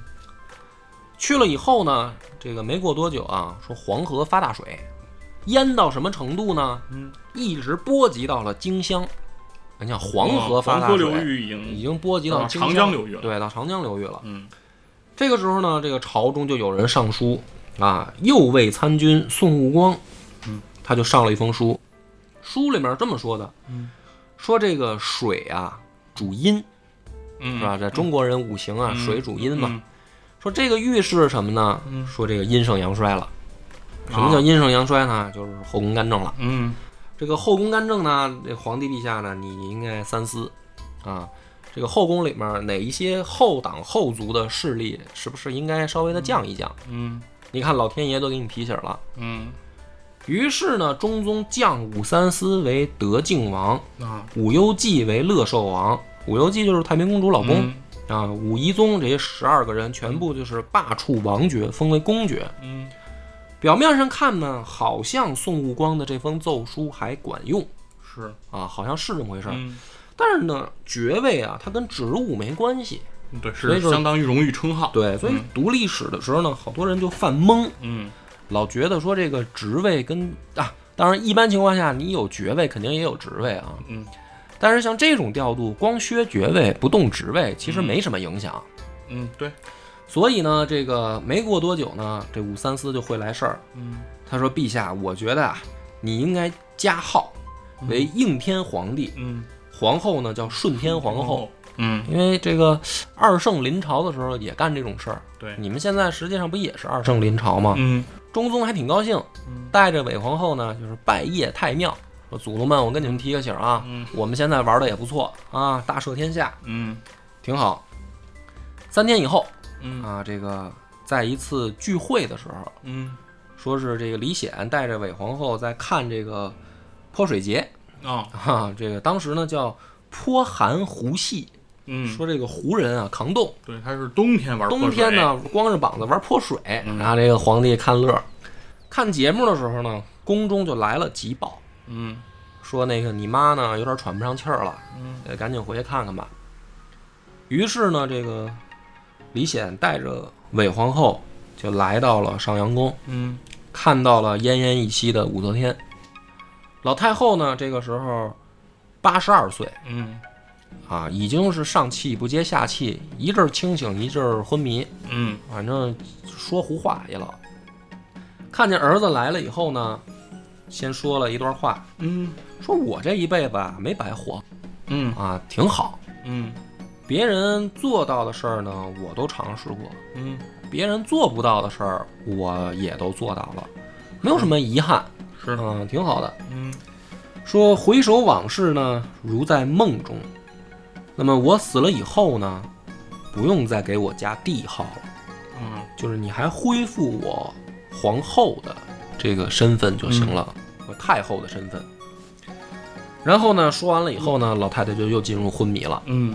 Speaker 1: 去了以后呢，这个没过多久啊，说黄河发大水，淹到什么程度呢？
Speaker 2: 嗯，
Speaker 1: 一直波及到了荆襄。你想黄河发
Speaker 2: 哦黄
Speaker 1: 大
Speaker 2: 河
Speaker 1: 水，
Speaker 2: 流域已
Speaker 1: 已
Speaker 2: 经，
Speaker 1: 经波及
Speaker 2: 到
Speaker 1: 到
Speaker 2: 长江流域了
Speaker 1: 对，到长江流域了。
Speaker 2: 嗯
Speaker 1: 这个时候呢，这个朝中就有人上书啊，右卫参军宋务光，
Speaker 2: 嗯，
Speaker 1: 他就上了一封书，书里面这么说的，
Speaker 2: 嗯，
Speaker 1: 说这个水啊主阴
Speaker 2: 嗯，
Speaker 1: 是吧？这中国人五行啊，
Speaker 2: 嗯
Speaker 1: 水主阴
Speaker 2: 嗯
Speaker 1: 嘛。说这个预示什么呢？
Speaker 2: 嗯
Speaker 1: 说这个阴盛阳衰了。什么
Speaker 2: 啊
Speaker 1: 叫阴盛阳衰呢？就是后宫干政了。
Speaker 2: 嗯
Speaker 1: 这个后宫干政呢，这皇帝陛下呢，你应该三思啊。这个后宫里面哪一些后党后族的势力，是不是应该稍微的降一降？
Speaker 2: 嗯
Speaker 1: 你看老天爷都给你提醒了。
Speaker 2: 嗯
Speaker 1: 于是呢，中宗降武三思为德靖王，
Speaker 2: 啊，
Speaker 1: 武攸暨为乐寿王。武攸暨就是太平公主老公、
Speaker 2: 嗯
Speaker 1: 啊。武懿宗这些十二个人全部就是罢黜王爵，封为公爵。
Speaker 2: 嗯
Speaker 1: 表面上看呢，好像宋务光的这封奏书还管用
Speaker 2: 是，
Speaker 1: 啊，好像是这么回事儿。
Speaker 2: 嗯
Speaker 1: 但是呢，爵位啊，它跟职务没关系。
Speaker 2: 嗯对，
Speaker 1: 所以
Speaker 2: 是
Speaker 1: 说
Speaker 2: 相当于荣誉称号。
Speaker 1: 对，所以读历史的时候呢，好多人就犯懵，
Speaker 2: 嗯
Speaker 1: 老觉得说这个职位跟啊，当然一般情况下你有爵位肯定也有职位啊，
Speaker 2: 嗯
Speaker 1: 但是像这种调度，光削爵位不动职位，其实没什么影响。
Speaker 2: 嗯，对，
Speaker 1: 所以呢，这个没过多久呢，这武三思就会来事儿。
Speaker 2: 嗯
Speaker 1: 他说：“陛下，我觉得啊，你应该加号为应天皇帝，
Speaker 2: 嗯，
Speaker 1: 皇后呢叫顺天皇后。，
Speaker 2: 嗯
Speaker 1: 因为这个二圣临朝的时候也干这种事儿，
Speaker 2: 对，
Speaker 1: 你们现在实际上不也是二圣临朝吗？
Speaker 2: 嗯
Speaker 1: 中宗还挺高兴
Speaker 2: 嗯，
Speaker 1: 带着伪皇后呢，就是拜谒太庙，说祖宗们，我跟你们提个醒啊，
Speaker 2: 嗯
Speaker 1: 我们现在玩的也不错啊，大赦天下，
Speaker 2: 嗯
Speaker 1: 挺好。三天以后
Speaker 2: 嗯
Speaker 1: 啊，这个在一次聚会的时候，
Speaker 2: 嗯
Speaker 1: 说是这个李显带着伪皇后在看这个泼水节
Speaker 2: 啊
Speaker 1: 啊，这个当时呢叫泼寒湖戏，
Speaker 2: 嗯，
Speaker 1: 说这个胡人啊抗冻。
Speaker 2: 对，他是冬天玩
Speaker 1: 冬
Speaker 2: 泼水
Speaker 1: 天，呢，光着膀子玩泼水，
Speaker 2: 哎嗯
Speaker 1: 然后这个皇帝看乐儿。看节目的时候呢，宫中就来了急报，
Speaker 2: 嗯
Speaker 1: 说那个你妈呢有点喘不上气儿了，
Speaker 2: 嗯
Speaker 1: 呃，赶紧回去看看吧。于是呢，这个李显带着韦皇后就来到了上阳宫，
Speaker 2: 嗯
Speaker 1: 看到了奄奄一息的武则天。老太后呢，这个时候八十二岁
Speaker 2: 嗯
Speaker 1: 啊，已经是上气不接下气，一阵儿清醒，一阵儿昏迷。
Speaker 2: 嗯
Speaker 1: 反正说胡话也老。看见儿子来了以后呢，先说了一段话，
Speaker 2: 嗯
Speaker 1: 说我这一辈子啊没白活
Speaker 2: 嗯
Speaker 1: 啊，挺好。
Speaker 2: 嗯
Speaker 1: 别人做到的事儿呢，我都尝试过；
Speaker 2: 嗯，
Speaker 1: 别人做不到的事儿，我也都做到了，没有什么遗憾，
Speaker 2: 是，
Speaker 1: 嗯，挺好的。
Speaker 2: 嗯
Speaker 1: 说回首往事呢，如在梦中。那么我死了以后呢，不用再给我加帝号了。
Speaker 2: 嗯
Speaker 1: 就是你还恢复我皇后的这个身份就行了，
Speaker 2: 嗯
Speaker 1: 我太后的身份。然后呢，说完了以后呢，老太太就又进入昏迷了。
Speaker 2: 嗯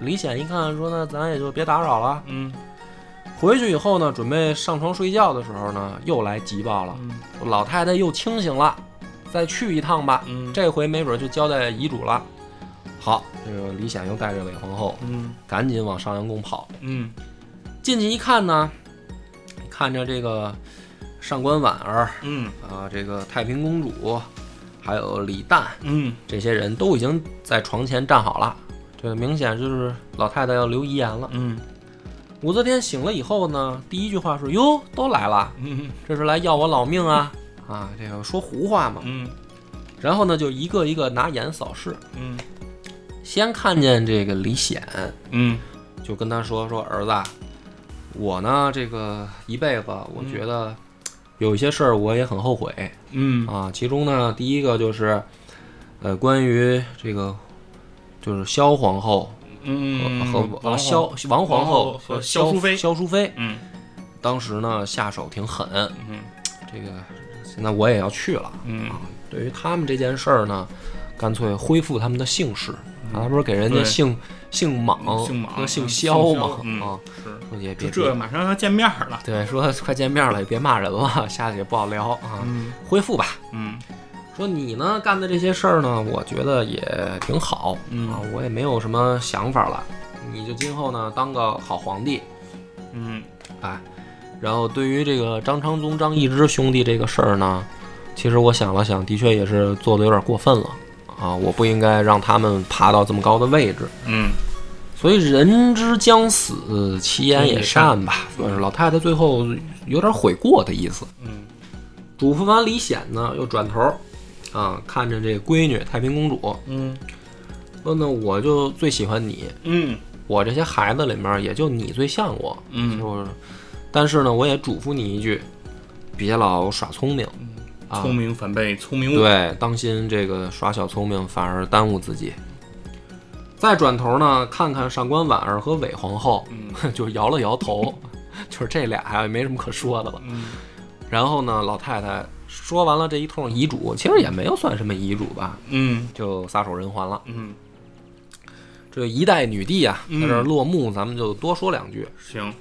Speaker 1: 李显一看说呢，咱也就别打扰了，
Speaker 2: 嗯
Speaker 1: 回去以后呢，准备上床睡觉的时候呢，又来急报
Speaker 2: 嗯
Speaker 1: 了，老太太又清醒了，再去一趟吧，
Speaker 2: 嗯
Speaker 1: 这回没准就交代遗嘱了。好，这个李显又带着韦皇后
Speaker 2: 嗯
Speaker 1: 赶紧往上阳宫跑。
Speaker 2: 嗯
Speaker 1: 进去一看呢，看着这个上官婉儿
Speaker 2: 嗯
Speaker 1: 啊，这个太平公主，还有李旦
Speaker 2: 嗯
Speaker 1: 这些人都已经在床前站好了。这明显就是老太太要留遗言了。
Speaker 2: 嗯
Speaker 1: 武则天醒了以后呢，第一句话是：“哟，都来了，
Speaker 2: 嗯
Speaker 1: 这是来要我老命啊！”啊，这个说胡话嘛。
Speaker 2: 嗯
Speaker 1: 然后呢，就一个一个拿眼扫视，
Speaker 2: 嗯
Speaker 1: 先看见这个李显，
Speaker 2: 嗯
Speaker 1: 就跟他说：“说儿子啊，我呢这个一辈子，我觉得有一些事儿我也很后悔
Speaker 2: 嗯
Speaker 1: 啊。其中呢，第一个就是，呃，关于这个就是萧皇后呃
Speaker 2: 嗯
Speaker 1: 和啊
Speaker 2: 王
Speaker 1: 萧
Speaker 2: 后
Speaker 1: 王皇
Speaker 2: 皇
Speaker 1: 后
Speaker 2: 和
Speaker 1: 萧
Speaker 2: 萧淑妃
Speaker 1: 萧淑妃
Speaker 2: 嗯
Speaker 1: 当时呢下手挺狠，
Speaker 2: 嗯
Speaker 1: 这个现在我也要去了。啊
Speaker 2: 嗯
Speaker 1: 对于他们这件事儿呢，干脆恢复他们的姓氏，啊，不是给人家
Speaker 2: 嗯对
Speaker 1: 姓姓莽、
Speaker 2: 姓莽
Speaker 1: 和姓萧
Speaker 2: 嗯姓萧
Speaker 1: 嘛、
Speaker 2: 嗯
Speaker 1: 啊，
Speaker 2: 是
Speaker 1: 说也别
Speaker 2: 这这
Speaker 1: 别
Speaker 2: 马上要见面了
Speaker 1: 对，说 快见面了，也别骂人了，下去也不好聊啊，
Speaker 2: 嗯
Speaker 1: 恢复吧。
Speaker 2: 嗯
Speaker 1: 说你呢干的这些事儿呢，我觉得也挺好、
Speaker 2: 嗯
Speaker 1: 啊，我也没有什么想法了，你就今后呢当个好皇帝，
Speaker 2: 嗯
Speaker 1: 哎，然后对于这个张昌宗、张易之兄弟这个事儿呢，其实我想了想，的确也是做的有点过分了啊！我不应该让他们爬到这么高的位置。
Speaker 2: 嗯
Speaker 1: 所以人之将死，其言也善吧。算是老太太最后有点悔过的意思。
Speaker 2: 嗯
Speaker 1: 嘱咐完李显呢，又转头啊，看着这闺女太平公主，
Speaker 2: 嗯
Speaker 1: 说呢，我就最喜欢你，
Speaker 2: 嗯
Speaker 1: 我这些孩子里面也就你最像我。
Speaker 2: 嗯
Speaker 1: 就是，但是呢，我也嘱咐你一句，别老耍聪明，啊
Speaker 2: 聪，明反被聪明误
Speaker 1: 对，当心这个耍小聪明反而耽误自己。再转头呢，看看上官婉儿和韦皇后，
Speaker 2: 嗯
Speaker 1: 就摇了摇头，就是这俩呀，也没什么可说的了。
Speaker 2: 嗯
Speaker 1: 然后呢，老太太说完了这一通遗嘱，其实也没有算什么遗嘱吧，
Speaker 2: 嗯
Speaker 1: 就撒手人寰了。
Speaker 2: 嗯
Speaker 1: 这一代女帝啊，在这儿
Speaker 2: 嗯
Speaker 1: 落幕，咱们就多说两句。
Speaker 2: 行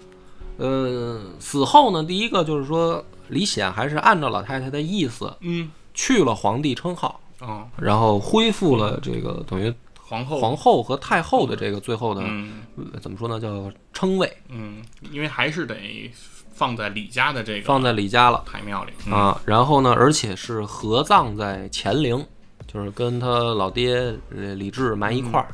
Speaker 1: 呃，死后呢，第一个就是说，李显还是按照老太太的意思
Speaker 2: 嗯
Speaker 1: 去了皇帝称号，
Speaker 2: 哦
Speaker 1: 然后恢复了这个等于
Speaker 2: 皇后
Speaker 1: 皇后和太后的这个最后的、
Speaker 2: 嗯
Speaker 1: 呃怎么说呢，叫称谓，
Speaker 2: 嗯，因为还是得放在李家的这个
Speaker 1: 放在李家了、
Speaker 2: 太庙里，
Speaker 1: 啊。然后呢，而且是合葬在乾陵，就是跟他老爹呃李治埋一块儿。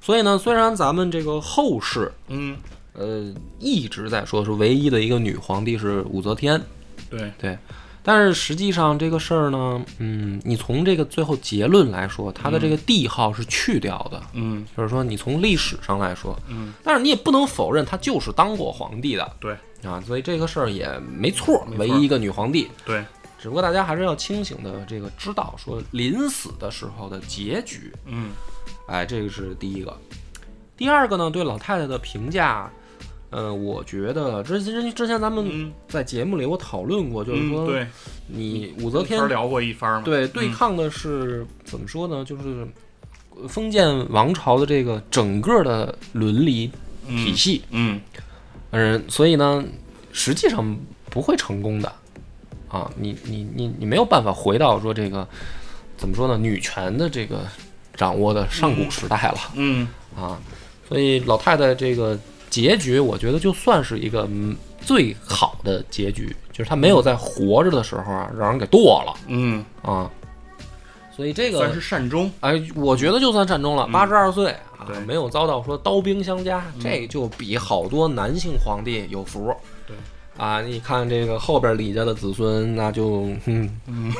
Speaker 1: 所以呢，虽然咱们这个后世
Speaker 2: 嗯，
Speaker 1: 呃一直在说是唯一的一个女皇帝是武则天，
Speaker 2: 对，
Speaker 1: 对，但是实际上这个事儿呢，嗯，你从这个最后结论来说，它的这个帝号是去掉的，
Speaker 2: 嗯
Speaker 1: 就是说你从历史上来说，
Speaker 2: 嗯，
Speaker 1: 但是你也不能否认他就是当过皇帝的
Speaker 2: 对
Speaker 1: 啊，所以这个事儿也没错儿，
Speaker 2: 没错
Speaker 1: 唯一一个女皇帝。
Speaker 2: 对，
Speaker 1: 只不过大家还是要清醒的，这个知道说临死的时候的结局，
Speaker 2: 嗯
Speaker 1: 哎，这个是第一个。第二个呢，对老太太的评价，呃，我觉得之之之前咱们
Speaker 2: 嗯
Speaker 1: 在节目里我讨论过，就是
Speaker 2: 嗯，
Speaker 1: 说
Speaker 2: 对，嗯
Speaker 1: 你武则天
Speaker 2: 前聊过一番嘛，
Speaker 1: 对对抗的是怎么说呢？就是呃封建王朝的这个整个的伦理体
Speaker 2: 嗯
Speaker 1: 系，
Speaker 2: 嗯
Speaker 1: 嗯，所以呢，实际上不会成功的啊！你你你你没有办法回到说这个怎么说呢？女权的这个掌握的上古时代了、
Speaker 2: 嗯
Speaker 1: 啊！所以老太太这个结局，我觉得就算是一个嗯最好的结局，就是她没有在活着的时候啊让人给剁了。
Speaker 2: 嗯，
Speaker 1: 啊，所以这
Speaker 2: 算
Speaker 1: 个
Speaker 2: 是善终，
Speaker 1: 哎，我觉得就算善终了，八十二岁啊
Speaker 2: 嗯对，嗯
Speaker 1: 没有遭到说刀兵相加，这就比好多男性皇帝有福。
Speaker 2: 对
Speaker 1: 啊，你看这个后边李家的子孙，那就嗯，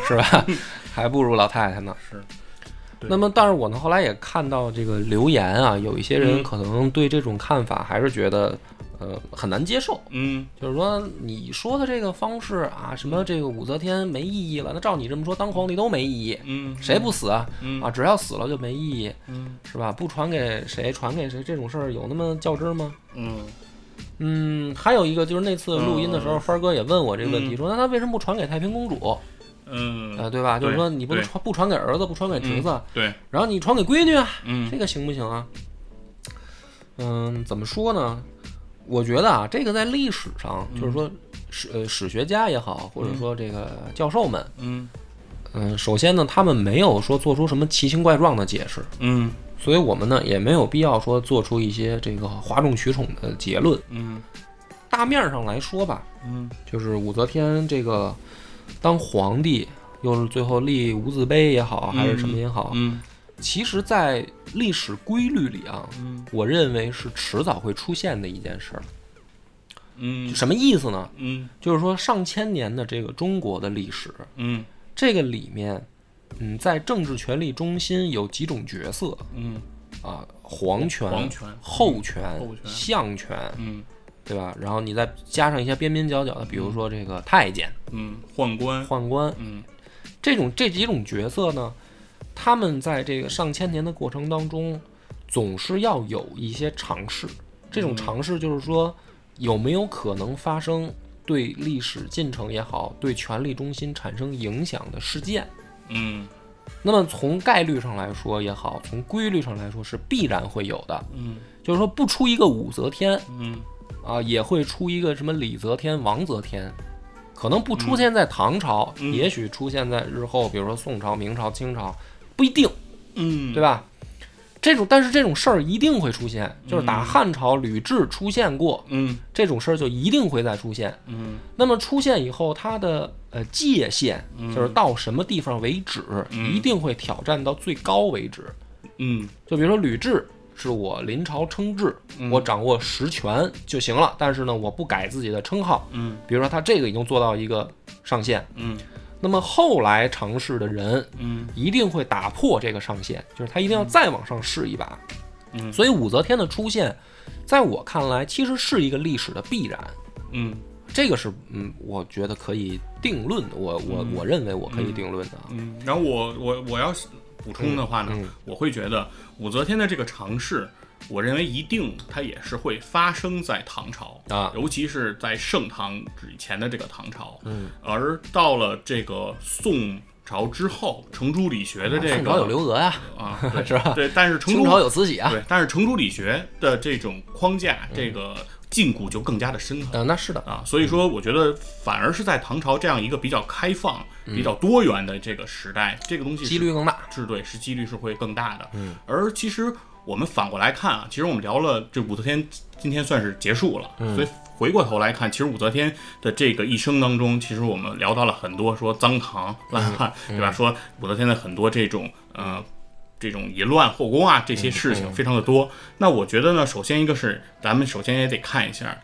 Speaker 1: 是吧？ 还不如老太太呢。
Speaker 2: 是。对
Speaker 1: 那么，但是我呢，后来也看到这个留言啊，有一些人
Speaker 2: 嗯
Speaker 1: 可能对这种看法还是觉得，呃，很难接受。
Speaker 2: 嗯
Speaker 1: 就是说，你说的这个方式啊，什么这个武则天没意义了，那照你这么说，当皇帝都没意义。
Speaker 2: 嗯，
Speaker 1: 谁不死啊？
Speaker 2: 嗯
Speaker 1: 啊，只要死了就没意义，
Speaker 2: 嗯
Speaker 1: 是吧？不传给谁，传给谁，这种事儿有那么较真儿吗？
Speaker 2: 嗯
Speaker 1: 嗯，还有一个就是那次录音的时候，帆儿哥也问我这个问题，
Speaker 2: 嗯
Speaker 1: 说那他为什么不传给太平公主？呃，
Speaker 2: 嗯，
Speaker 1: 对吧？就是
Speaker 2: 对
Speaker 1: 说你不能
Speaker 2: 对嗯
Speaker 1: 传不传给儿子，不传给侄子，
Speaker 2: 对，
Speaker 1: 然后你传给闺女啊，
Speaker 2: 嗯
Speaker 1: 这个行不行啊？嗯，怎么说呢？我觉得啊，这个在历史上，
Speaker 2: 嗯
Speaker 1: 就是说史呃史学家也好，或者说这个教授们，
Speaker 2: 嗯
Speaker 1: 嗯、首先呢，他们没有说做出什么奇形怪状的解释，
Speaker 2: 嗯
Speaker 1: 所以我们呢也没有必要说做出一些这个哗众取宠的结论。
Speaker 2: 嗯
Speaker 1: 大面上来说吧，
Speaker 2: 嗯
Speaker 1: 就是武则天这个当皇帝，又是最后立无字碑也好，还是什么也好，
Speaker 2: 嗯
Speaker 1: 其实，在历史规律里啊，
Speaker 2: 嗯
Speaker 1: 我认为是迟早会出现的一件事儿。
Speaker 2: 嗯
Speaker 1: 什么意思呢？
Speaker 2: 嗯
Speaker 1: 就是说上千年的这个中国的历史，
Speaker 2: 嗯
Speaker 1: 这个里面，嗯，在政治权力中心有几种角色
Speaker 2: 嗯
Speaker 1: 啊，皇权、
Speaker 2: 皇权
Speaker 1: 后权、
Speaker 2: 后权
Speaker 1: 相权，
Speaker 2: 嗯
Speaker 1: 对吧？然后你再加上一些边边角角的，比如说这个太监、
Speaker 2: 嗯，宦官，
Speaker 1: 宦官
Speaker 2: 嗯
Speaker 1: 这种这几种角色呢，他们在这个上千年的过程当中，总是要有一些尝试。这种尝试就是说，有没有可能发生对历史进程也好，对权力中心产生影响的事件？
Speaker 2: 嗯
Speaker 1: 那么从概率上来说也好，从规律上来说是必然会有的。
Speaker 2: 嗯
Speaker 1: 就是说，不出一个武则天
Speaker 2: 嗯
Speaker 1: 啊，也会出一个什么李则天、王则天，可能不出现在唐朝，
Speaker 2: 嗯
Speaker 1: 也许出现在日后，比如说宋朝、明朝、清朝，不一定，
Speaker 2: 嗯，
Speaker 1: 对吧？这种，但是这种事儿一定会出现，就是打汉朝吕雉出现过
Speaker 2: 嗯
Speaker 1: 这种事儿，就一定会再出现。
Speaker 2: 嗯
Speaker 1: 那么出现以后，它的呃界限就是到什么地方为止，
Speaker 2: 嗯
Speaker 1: 一定会挑战到最高为止。
Speaker 2: 嗯
Speaker 1: 就比如说吕雉是我临朝称制，我掌握实权就行了，但是呢，我不改自己的称号。
Speaker 2: 嗯
Speaker 1: 比如说他这个已经做到一个上限，
Speaker 2: 嗯
Speaker 1: 那么后来尝试的人
Speaker 2: 嗯
Speaker 1: 一定会打破这个上限，就是他一定要再往上试一把。
Speaker 2: 嗯
Speaker 1: 所以武则天的出现，在我看来其实是一个历史的必然。
Speaker 2: 嗯
Speaker 1: 这个是，嗯，我觉得可以定论的，我我我认为我可以定论的啊。
Speaker 2: 嗯，然后我我我要是补充的话呢，
Speaker 1: 嗯
Speaker 2: 我会觉得武则天的这个尝试，我认为一定它也是会发生在唐朝
Speaker 1: 啊
Speaker 2: 尤其是在盛唐以前的这个唐朝，嗯，而到了这个宋朝之后，程朱理学的这个
Speaker 1: 宋朝有刘娥呀、
Speaker 2: 啊，对
Speaker 1: 是吧
Speaker 2: 对，但是程
Speaker 1: 清
Speaker 2: 朱
Speaker 1: 朝有慈禧啊，
Speaker 2: 对，但是程朱理学的这种框架，这个禁锢就更加的深
Speaker 1: 嗯、
Speaker 2: 了。
Speaker 1: 那是的，
Speaker 2: 啊，所以说，我觉得反而是在唐朝这样一个比较开放、比较多元的这个时代，这个东西是
Speaker 1: 几率更大。
Speaker 2: 是对，是几率是会更大的。嗯，而其实我们反过来看啊，其实我们聊了这武则天，今天算是结束了，所以。回过头来看，其实武则天的这个一生当中，其实我们聊到了很多，说脏唐烂汉，对吧？说武则天的很多这种呃这种淫乱后宫啊这些事情非常的多。那我觉得呢，首先一个是咱们首先也得看一下，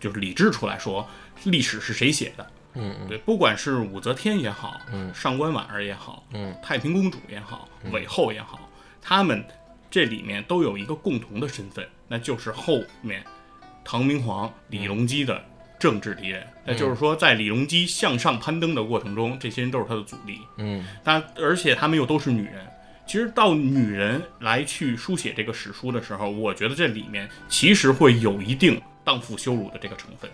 Speaker 2: 就是理智出来说历史是谁写的。嗯，对，不管是武则天也好，嗯，上官婉儿也好，嗯，太平公主也好，韦后也好，他们这里面都有一个共同的身份，那就是后面唐明皇李隆基的政治敌人。那就是说，在李隆基向上攀登的过程中，这些人都是他的阻力。
Speaker 1: 嗯，
Speaker 2: 但而且他们又都是女人。其实到女人来去书写这个史书的时候，我觉得这里面其实会有一定荡妇羞辱的这个成分。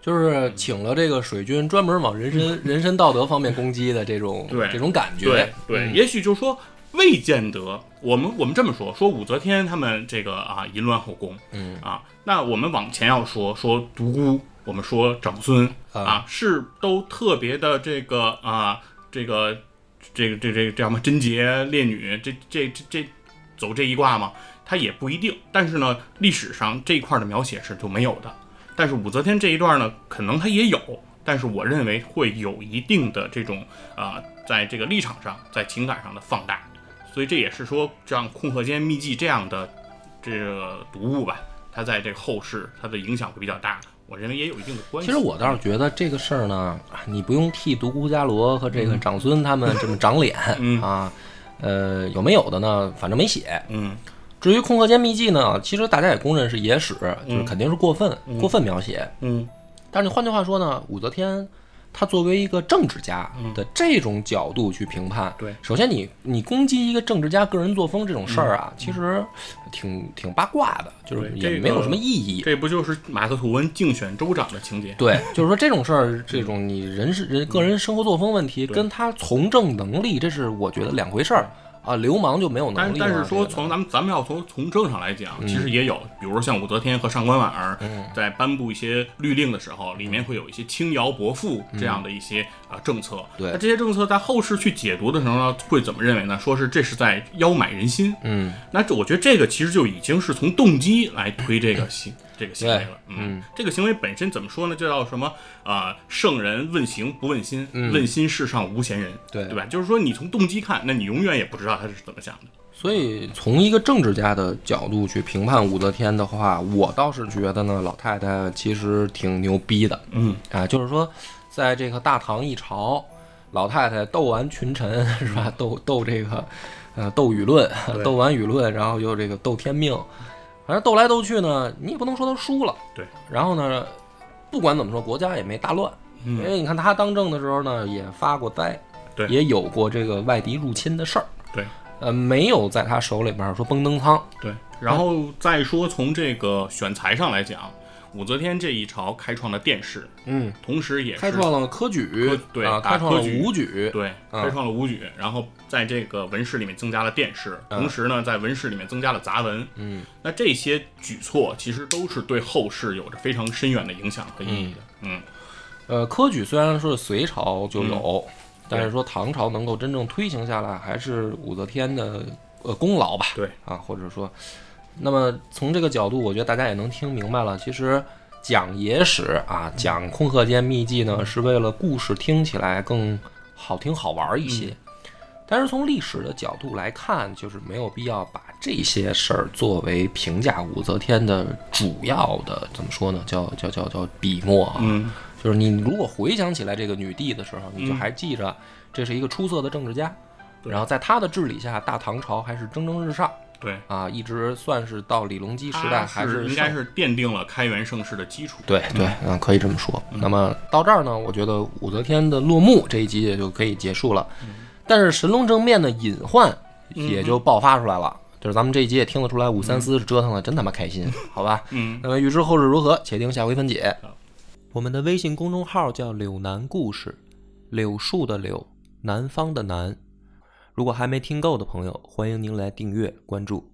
Speaker 1: 就是
Speaker 2: 嗯
Speaker 1: 请了这个水军专门往人 身、人身道德方面攻击的这种
Speaker 2: 对
Speaker 1: 这种感觉。
Speaker 2: 对对，也许就是说未见得，我们我们这么说，说武则天他们这个啊淫乱后宫，嗯啊，那我们往前要说说独孤，我们说长孙啊，是都特别的这个啊这个这个这这这叫什么贞洁烈女，这这这这走这一卦吗？它也不一定，但是呢，历史上这一块的描写是就没有的。但是武则天这一段呢，可能它也有，但是我认为会有一定的这种啊、在这个立场上，在情感上的放大，所以这也是说，像《空河间秘记》这样的这个读物吧，它在这个后世它的影响会比较大，我认为也有一定的关
Speaker 1: 其
Speaker 2: 系。
Speaker 1: 实我倒是觉得这个事儿呢，你不用替独孤伽罗和这个长孙他们这么长脸、
Speaker 2: 嗯
Speaker 1: 啊。呃，有没有的呢？反正没写。
Speaker 2: 嗯
Speaker 1: 至于《空河间秘记》呢，其实大家也公认是野史，就是肯定是过分、过分描写。
Speaker 2: 嗯
Speaker 1: 但是你换句话说呢，武则天她作为一个政治家的这种角度去评判，
Speaker 2: 嗯对
Speaker 1: 首先你你攻击一个政治家个人作风这种事儿啊，其实挺挺八卦的，就是
Speaker 2: 嗯对
Speaker 1: 也
Speaker 2: 这个
Speaker 1: 没有什么意义。
Speaker 2: 这不就是马克吐温竞选州长的情节？
Speaker 1: 对，就是说这种事儿，这种
Speaker 2: 嗯
Speaker 1: 你人是人个人生活作风问题，跟他从政能力，这是我觉得两回事儿。啊，流氓就没有能
Speaker 2: 但
Speaker 1: 力嘛。
Speaker 2: 但是说
Speaker 1: 这个嗯
Speaker 2: 从咱们咱们要从从政上来讲，其实也有，比如说像武则天和上官婉儿在颁布一些律令的时候，里面
Speaker 1: 嗯
Speaker 2: 会有一些轻徭薄赋这样的一些啊政策。
Speaker 1: 对
Speaker 2: 那这些政策在后世去解读的时候呢，会怎么认为呢？说是这是在邀买人心。
Speaker 1: 嗯，
Speaker 2: 那这我觉得这个其实就已经是从动机来推这个 行这个行为了。嗯，这个行为本身怎么说呢？就叫什么啊、呃圣人问行不问心，问心世上无贤人。
Speaker 1: 嗯对
Speaker 2: 对吧？就是说你从动机看，那你永远也不知道他是怎么想的。
Speaker 1: 所以从一个政治家的角度去评判武则天的话，我倒是觉得呢，老太太其实挺牛逼的
Speaker 2: 嗯。
Speaker 1: 啊，就是说，在这个大唐一朝，老太太斗完群臣是吧？斗斗这个，呃，斗舆论，斗完舆论，然后又这个斗天命，反正斗来斗去呢，你也不能说她输了。
Speaker 2: 对。
Speaker 1: 然后呢，不管怎么说，国家也没大乱，
Speaker 2: 嗯
Speaker 1: 因为你看她当政的时候呢，也发过灾，
Speaker 2: 对
Speaker 1: 也有过这个外敌入侵的事儿。
Speaker 2: 对，
Speaker 1: 呃，没有在他手里边儿说崩灯仓，
Speaker 2: 对，然后再说从这个选材上来讲，武则天这一朝开创了殿试，
Speaker 1: 嗯，
Speaker 2: 同时也
Speaker 1: 开
Speaker 2: 是
Speaker 1: 创了科举
Speaker 2: 科，对
Speaker 1: 啊，
Speaker 2: 打
Speaker 1: 开创了
Speaker 2: 科举
Speaker 1: 武举，
Speaker 2: 对
Speaker 1: 嗯
Speaker 2: 开创了武举，然后在这个文史里面增加了殿试，
Speaker 1: 嗯
Speaker 2: 同时呢，在文史里面增加了杂文。
Speaker 1: 嗯，
Speaker 2: 那这些举措其实都是对后世有着非常深远的影响和意义的。嗯，
Speaker 1: 呃，科举虽然说是隋朝就有，但是说唐朝能够真正推行下来，还是武则天的呃功劳吧，
Speaker 2: 对
Speaker 1: 啊，或者说，那么从这个角度，我觉得大家也能听明白了，其实。讲野史啊，讲空鹤间秘技呢，是为了故事听起来更好听好玩一些。但是从历史的角度来看，就是没有必要把这些事儿作为评价武则天的主要的怎么说呢？叫叫叫叫笔墨啊。
Speaker 2: 嗯，
Speaker 1: 就是你如果回想起来这个女帝的时候，你就还记着这是一个出色的政治家。
Speaker 2: 对
Speaker 1: 然后在她的治理下，大唐朝还是蒸蒸日上
Speaker 2: 对，
Speaker 1: 啊，一直算是到李隆基时代
Speaker 2: 它
Speaker 1: 还
Speaker 2: 是应该
Speaker 1: 盛
Speaker 2: 是奠定了开元盛世的基础。
Speaker 1: 对对，嗯，可以这么说。那么到这儿呢，我觉得武则天的落幕这一集也就可以结束了。
Speaker 2: 嗯
Speaker 1: 但是神龙正面的隐患也就爆发出来了，就是咱们这一集也听得出来，武三思是折腾的真他妈开 心，好吧？
Speaker 2: 嗯，
Speaker 1: 那么预知后事如何，且听下回分解。我们的微信公众号叫“柳南故事”，柳树的柳，南方的南。如果还没听够的朋友，欢迎您来订阅关注。